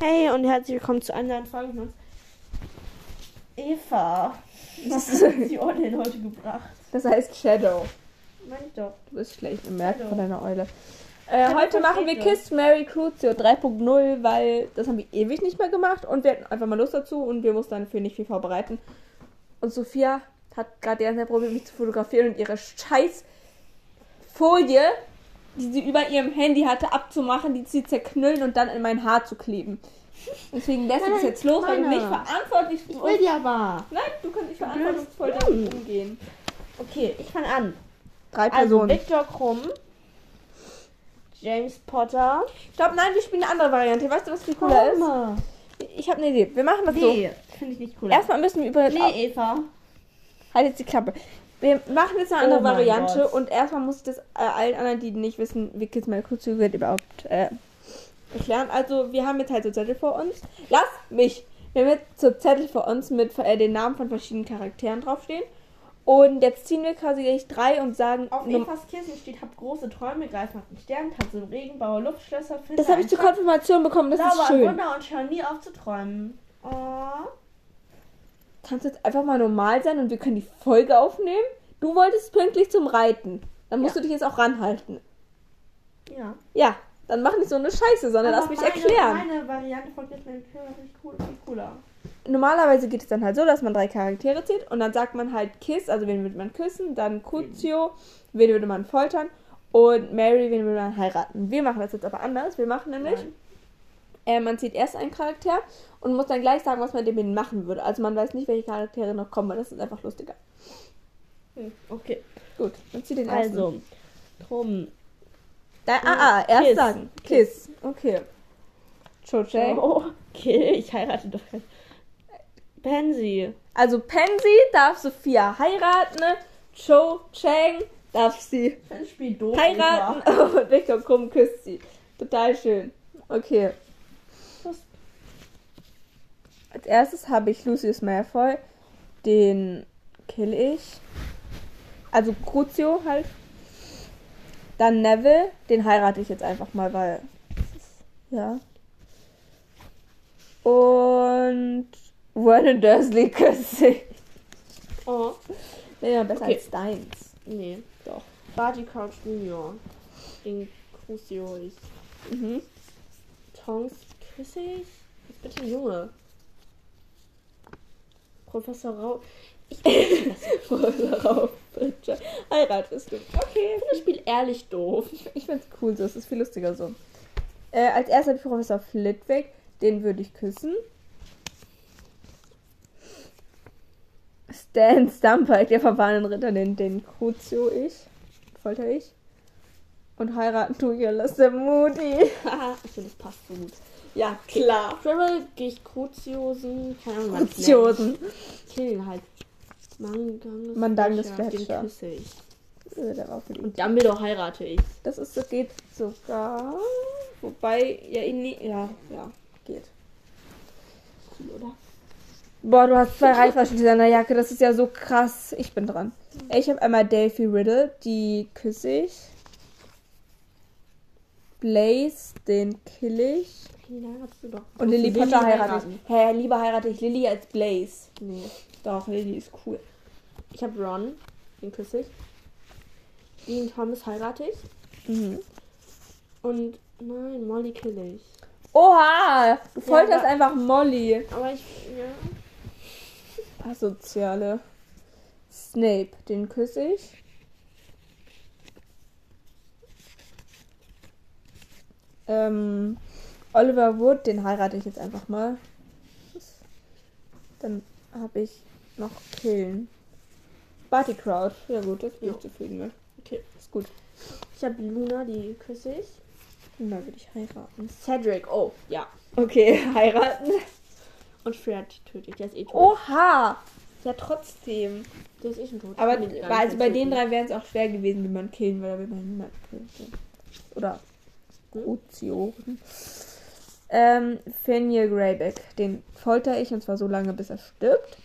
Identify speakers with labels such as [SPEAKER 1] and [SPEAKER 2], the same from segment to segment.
[SPEAKER 1] Hey und herzlich willkommen zu anderen Folge von uns. Eva, was hat die Eule denn heute gebracht?
[SPEAKER 2] Das heißt Shadow.
[SPEAKER 1] Meint doch.
[SPEAKER 2] Du bist schlecht im Merken
[SPEAKER 1] Shadow. eh
[SPEAKER 2] von deiner Eule. Äh,
[SPEAKER 1] Ja,
[SPEAKER 2] heute
[SPEAKER 1] das
[SPEAKER 2] machen wir
[SPEAKER 1] geht
[SPEAKER 2] Kiss Mary Crucio 3.0, weil das haben wir ewig nicht mehr gemacht und wir hatten einfach mal Lust dazu und wir mussten dafür nicht viel vorbereiten. Und Sophia hat gerade die ganze Zeit probiert, mich zu fotografieren und ihre scheiß Folie, die sie über ihrem Handy hatte, abzumachen, die zu zerknüllen und dann in mein Haar zu kleben. Deswegen lässt
[SPEAKER 1] Nein,
[SPEAKER 2] uns jetzt los und
[SPEAKER 1] meine.
[SPEAKER 2] nicht verantwortlich
[SPEAKER 1] Ich will die aber.
[SPEAKER 2] Nein, du kannst nicht verantwortungsvoll damit umgehen.
[SPEAKER 1] Okay, ich fange an.
[SPEAKER 2] Drei
[SPEAKER 1] Also
[SPEAKER 2] Personen.
[SPEAKER 1] Victor Krumm, James Potter.
[SPEAKER 2] Ich glaube, nein, wir spielen eine andere Variante. Weißt du, was viel cooler ist? Ich habe eine Idee. Wir machen das
[SPEAKER 1] Nee, finde ich nicht cool.
[SPEAKER 2] so. Erstmal müssen wir über.
[SPEAKER 1] nee, Eva.
[SPEAKER 2] Halt jetzt die Klappe. Wir machen jetzt eine andere
[SPEAKER 1] Oh mein
[SPEAKER 2] Variante
[SPEAKER 1] Gott.
[SPEAKER 2] und erstmal muss ich das äh, allen anderen, die nicht wissen, wie Kids Mal kurz wird, überhaupt äh, erklären. Also, wir haben jetzt halt so Zettel vor uns. Lass mich! Wir haben jetzt so Zettel vor uns mit äh, den Namen von verschiedenen Charakteren draufstehen. Und jetzt ziehen wir quasi gleich drei und sagen.
[SPEAKER 1] Auf
[SPEAKER 2] Num-
[SPEAKER 1] Evas Kissen steht, hab große Träume, greif nach den Sternen, tanze im Regen, baue Luftschlösser, finde
[SPEAKER 2] das habe ich zur Konfirmation bekommen, das ist
[SPEAKER 1] Sauber
[SPEAKER 2] schön.
[SPEAKER 1] Wunder und hör nie auf zu träumen. Oh.
[SPEAKER 2] kannst jetzt einfach mal normal sein und wir können die Folge aufnehmen. Du wolltest pünktlich zum Reiten. Dann musst
[SPEAKER 1] Ja.
[SPEAKER 2] du dich jetzt auch ranhalten.
[SPEAKER 1] Ja.
[SPEAKER 2] Ja, dann mach nicht so eine Scheiße, sondern lass
[SPEAKER 1] Aber also
[SPEAKER 2] mich
[SPEAKER 1] meine,
[SPEAKER 2] erklären.
[SPEAKER 1] Meine Variante von Kiss Me Kill finde ich cool, viel cooler.
[SPEAKER 2] Normalerweise geht es dann halt so, dass man drei Charaktere zieht und dann sagt man halt Kiss, also wen würde man küssen, dann Cuzio, wen würde man foltern und Mary, wen würde man heiraten. Wir machen das jetzt aber anders. Wir machen nämlich,
[SPEAKER 1] Nein.
[SPEAKER 2] äh, man zieht erst einen Charakter und muss dann gleich sagen, was man dem machen würde. Also man weiß nicht, welche Charaktere noch kommen, weil das ist einfach lustiger.
[SPEAKER 1] Hm, Okay.
[SPEAKER 2] Gut, dann zieht den ersten.
[SPEAKER 1] Also, drum.
[SPEAKER 2] Dein, ah, ah, erst
[SPEAKER 1] Kiss.
[SPEAKER 2] sagen. Kiss. Okay. Choche.
[SPEAKER 1] Oh, okay, ich heirate doch keinen. Pansy.
[SPEAKER 2] Also Pansy darf Sophia heiraten. ne? Cho Chang darf sie
[SPEAKER 1] Das Spiel doof.
[SPEAKER 2] heiraten. Und Victor Krumm küsst sie. Total schön. Okay.
[SPEAKER 1] Was?
[SPEAKER 2] Als erstes habe ich Lucius Malfoy. Den kill ich. Also Crucio halt. Dann Neville. Den heirate ich jetzt einfach mal, weil. es ist- Ja. Und. Vernon Dursley küsse ich.
[SPEAKER 1] Oh.
[SPEAKER 2] Wäre besser
[SPEAKER 1] Okay.
[SPEAKER 2] als deins.
[SPEAKER 1] Nee.
[SPEAKER 2] Doch.
[SPEAKER 1] Barty Crouch Junior. Den Crucio ist.
[SPEAKER 2] Mhm.
[SPEAKER 1] Tongs küsse ich? Jetzt bitte Junge. Professor Rau. Ich finde
[SPEAKER 2] Heiratest du. Okay.
[SPEAKER 1] das Spiel ehrlich doof.
[SPEAKER 2] Ich find's cool so. Es ist viel lustiger so. Äh, als erster habe ich Professor Flitwick. Den würde ich küssen. Stan Stumpike, der verwarnen Ritter, den, den Crucio ich. Folter ich. Und heiraten tu ich Alastair Moody.
[SPEAKER 1] Haha, ich finde, das passt so gut.
[SPEAKER 2] Ja, klar.
[SPEAKER 1] Dribble gehe ich Kruziosen. Keine Ahnung, was
[SPEAKER 2] Cruciosen.
[SPEAKER 1] Ich kill ihn halt. Manganges
[SPEAKER 2] Mandanges
[SPEAKER 1] Den
[SPEAKER 2] Fletcher.
[SPEAKER 1] küsse ich.
[SPEAKER 2] Äh, Der war für die
[SPEAKER 1] Und Dumbledore heirate ich.
[SPEAKER 2] Das ist, das geht sogar. Wobei, ja, in, ja, ja, geht.
[SPEAKER 1] Cool, oder?
[SPEAKER 2] Boah, du hast zwei Reichweiten in deiner Jacke, das ist ja so krass. Ich bin dran. Ich habe einmal Delphi Riddle, die küsse ich. Blaze, den kill ich.
[SPEAKER 1] Hey, da hast du doch.
[SPEAKER 2] Und Lily Potter heirate ich. Hä, lieber heirate ich Lily als Blaze.
[SPEAKER 1] Nee.
[SPEAKER 2] Doch, Lily ist cool.
[SPEAKER 1] Ich habe Ron. Den küsse ich. Dean Thomas heirate ich.
[SPEAKER 2] Mhm.
[SPEAKER 1] Und nein, Molly kill ich.
[SPEAKER 2] Oha, du folterst
[SPEAKER 1] aber-
[SPEAKER 2] einfach Molly.
[SPEAKER 1] Aber ich. Ja.
[SPEAKER 2] Asoziale. Snape, den küsse ich. Ähm, Oliver Wood, den heirate ich jetzt einfach mal. Dann habe ich noch Killen. Barty Crowd. Ja gut, das bin ich
[SPEAKER 1] Jo.
[SPEAKER 2] zufrieden mit.
[SPEAKER 1] Okay.
[SPEAKER 2] Ist gut.
[SPEAKER 1] Ich habe Luna, die küsse ich.
[SPEAKER 2] Und dann würde ich heiraten.
[SPEAKER 1] Cedric, oh, ja.
[SPEAKER 2] Okay, heiraten.
[SPEAKER 1] Und Fred töte ich. Der ist eh tot.
[SPEAKER 2] Oh. Oha! Ja, trotzdem.
[SPEAKER 1] Der ist eh schon tot.
[SPEAKER 2] Aber
[SPEAKER 1] Ich kann ihn gar
[SPEAKER 2] also
[SPEAKER 1] nicht
[SPEAKER 2] bei den
[SPEAKER 1] töten.
[SPEAKER 2] drei wäre es auch schwer gewesen, wie man killen, weil da will man niemanden killen. Oder
[SPEAKER 1] Hm?
[SPEAKER 2] Kruzioren. Ähm, Fenrir Greyback. Den folter ich und zwar so lange, bis er stirbt.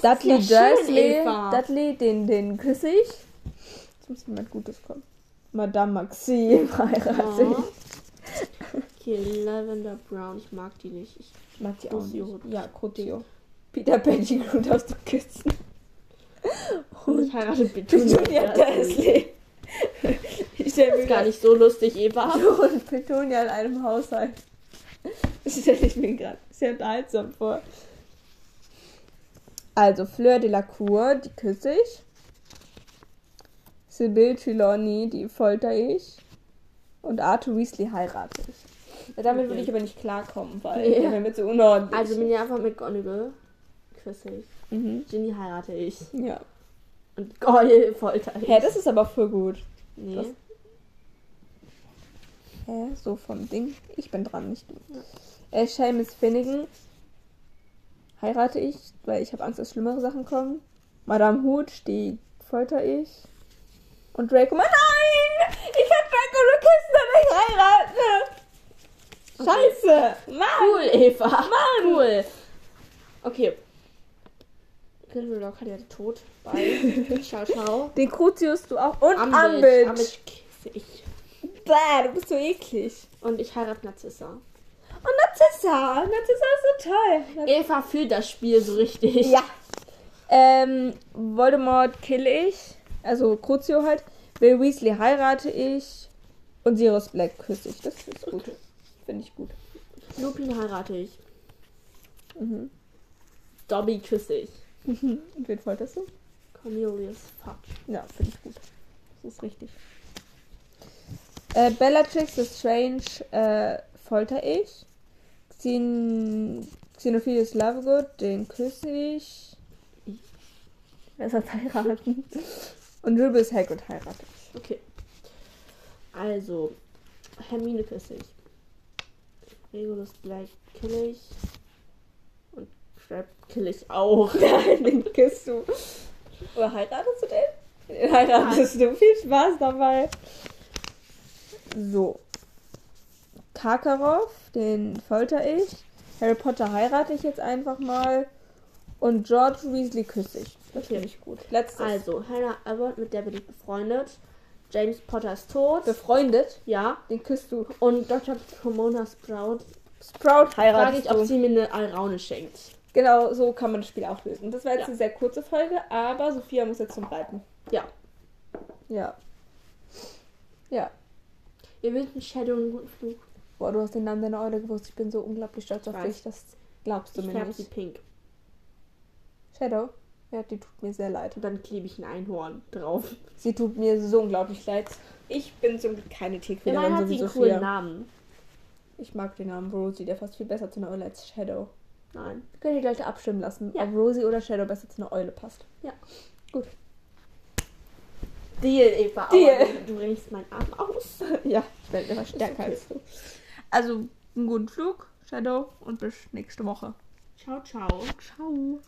[SPEAKER 1] Das
[SPEAKER 2] Dudley
[SPEAKER 1] ist ja schön,
[SPEAKER 2] Dursley.
[SPEAKER 1] Eva.
[SPEAKER 2] Dudley, den, den küsse ich. Jetzt muss jemand Gutes kommen. Madame Maxime heirate
[SPEAKER 1] Ja.
[SPEAKER 2] ich.
[SPEAKER 1] Hier, Oh. Lavender Brown. Ich mag die nicht. Ich,
[SPEAKER 2] Mag die auch
[SPEAKER 1] Crucio.
[SPEAKER 2] nicht. Ja, Crucio. Peter Pettigrew darfst du küssen. Hm.
[SPEAKER 1] ich heirate
[SPEAKER 2] Petunia
[SPEAKER 1] Petunia.
[SPEAKER 2] Dursley. Ich stelle mir
[SPEAKER 1] Ist gar nicht so lustig, Eva.
[SPEAKER 2] Arthur und Petunia in einem Haushalt. Das stelle ich mir gerade sehr unterhaltsam vor. Also, Fleur de la Cour, die küsse ich. Sybil Trelawney, die folter ich. Und Arthur Weasley heirate ich. Ja, damit würde
[SPEAKER 1] Okay.
[SPEAKER 2] ich aber nicht klarkommen, weil
[SPEAKER 1] Nee.
[SPEAKER 2] ich bin mir zu unordentlich.
[SPEAKER 1] Also Minerva McGonagall küsse ich.
[SPEAKER 2] mhm.
[SPEAKER 1] Ginny heirate ich.
[SPEAKER 2] Ja.
[SPEAKER 1] Und Goyle folter ich.
[SPEAKER 2] Hä, das ist aber voll gut.
[SPEAKER 1] nee.
[SPEAKER 2] das- Hä, so vom Ding. Ich bin dran, nicht du. Äh, Seamus Finnegan heirate ich, weil ich habe Angst, dass schlimmere Sachen kommen. Madame Hood, die folter ich. Und Draco, nein! Ich hab Draco Lucas noch nicht heiraten! Scheiße! Mann!
[SPEAKER 1] Cool, Eva. Mann. Cool. Okay. Gryffindor hat ja tot. Bye. ciao, ciao.
[SPEAKER 2] Den Crucius du auch. Und
[SPEAKER 1] Ambridge.
[SPEAKER 2] Ambit.
[SPEAKER 1] Ambridge küsse ich.
[SPEAKER 2] Bäh, du bist so eklig.
[SPEAKER 1] Und ich heirate Narzissa.
[SPEAKER 2] Und Narzissa. Narzissa ist so toll.
[SPEAKER 1] Eva fühlt das Spiel so richtig.
[SPEAKER 2] Ja. Ähm, Voldemort kill ich. Also Crucio halt. Will Weasley heirate ich. Und Sirius Black küsse ich. Das ist gut.
[SPEAKER 1] Okay.
[SPEAKER 2] Finde ich gut.
[SPEAKER 1] Lupin heirate ich.
[SPEAKER 2] Mhm.
[SPEAKER 1] Dobby küsse ich.
[SPEAKER 2] Und wen folterst du?
[SPEAKER 1] Cornelius Fudge.
[SPEAKER 2] Mhm. Ja, finde ich gut. Das ist richtig. Äh, Bellatrix Lestrange äh, folter ich. Xen Xenophilius Lovegood, den küsse ich. Besser heiraten. Und Rubius Hagrid heirate ich.
[SPEAKER 1] Okay. Also, Hermine küsse ich. Regulus Black kill ich. Und Crab kill ich auch.
[SPEAKER 2] Nein, den küsst du. Oder heiratest du den? Den heiratest du. Viel Spaß dabei. So. Karkaroff, den folter ich. Harry Potter heirate ich jetzt einfach mal. Und George Weasley küsse ich. Das
[SPEAKER 1] Okay.
[SPEAKER 2] finde ich gut. Letztes.
[SPEAKER 1] Also, Hannah Abbott, mit der bin ich befreundet. James Potter ist tot.
[SPEAKER 2] Befreundet,
[SPEAKER 1] ja.
[SPEAKER 2] den küsst du.
[SPEAKER 1] Und Dr. Pomona Sprout
[SPEAKER 2] Sprout
[SPEAKER 1] frage
[SPEAKER 2] heiratest
[SPEAKER 1] ich, ob
[SPEAKER 2] du.
[SPEAKER 1] sie mir eine Alraune schenkt.
[SPEAKER 2] Genau, so kann man das Spiel auch lösen. Das war jetzt
[SPEAKER 1] Ja.
[SPEAKER 2] eine sehr kurze Folge, aber Sophia muss jetzt zum Reiten.
[SPEAKER 1] Ja.
[SPEAKER 2] Ja. Ja.
[SPEAKER 1] Ihr wünscht einen Shadow und einen guten Flug.
[SPEAKER 2] Boah, du hast den Namen deiner Eule gewusst. Ich bin so unglaublich stolz auf
[SPEAKER 1] weiß.
[SPEAKER 2] dich. Das glaubst du
[SPEAKER 1] Ich
[SPEAKER 2] mir
[SPEAKER 1] färbe sie
[SPEAKER 2] nicht.
[SPEAKER 1] pink.
[SPEAKER 2] Shadow? Ja, die tut mir sehr leid.
[SPEAKER 1] Und dann klebe ich ein Einhorn drauf.
[SPEAKER 2] Sie tut mir so unglaublich leid. Ich bin zum Glück keine Tierquälerin,
[SPEAKER 1] Immerhin
[SPEAKER 2] so
[SPEAKER 1] hat sie
[SPEAKER 2] wie
[SPEAKER 1] einen
[SPEAKER 2] Sophia.
[SPEAKER 1] coolen Namen.
[SPEAKER 2] Ich mag den Namen Rosie, der passt viel besser zu einer Eule als Shadow.
[SPEAKER 1] Nein.
[SPEAKER 2] Wir können die Leute abstimmen lassen,
[SPEAKER 1] Ja.
[SPEAKER 2] ob Rosie oder Shadow besser zu einer Eule passt.
[SPEAKER 1] Ja.
[SPEAKER 2] Gut.
[SPEAKER 1] Deal, Eva.
[SPEAKER 2] Deal.
[SPEAKER 1] Aber du bringst meinen Arm aus.
[SPEAKER 2] ja, ich werde immer stärker
[SPEAKER 1] okay.
[SPEAKER 2] als du. Also, einen guten Flug, Shadow, und bis nächste Woche.
[SPEAKER 1] Ciao, ciao.
[SPEAKER 2] Ciao.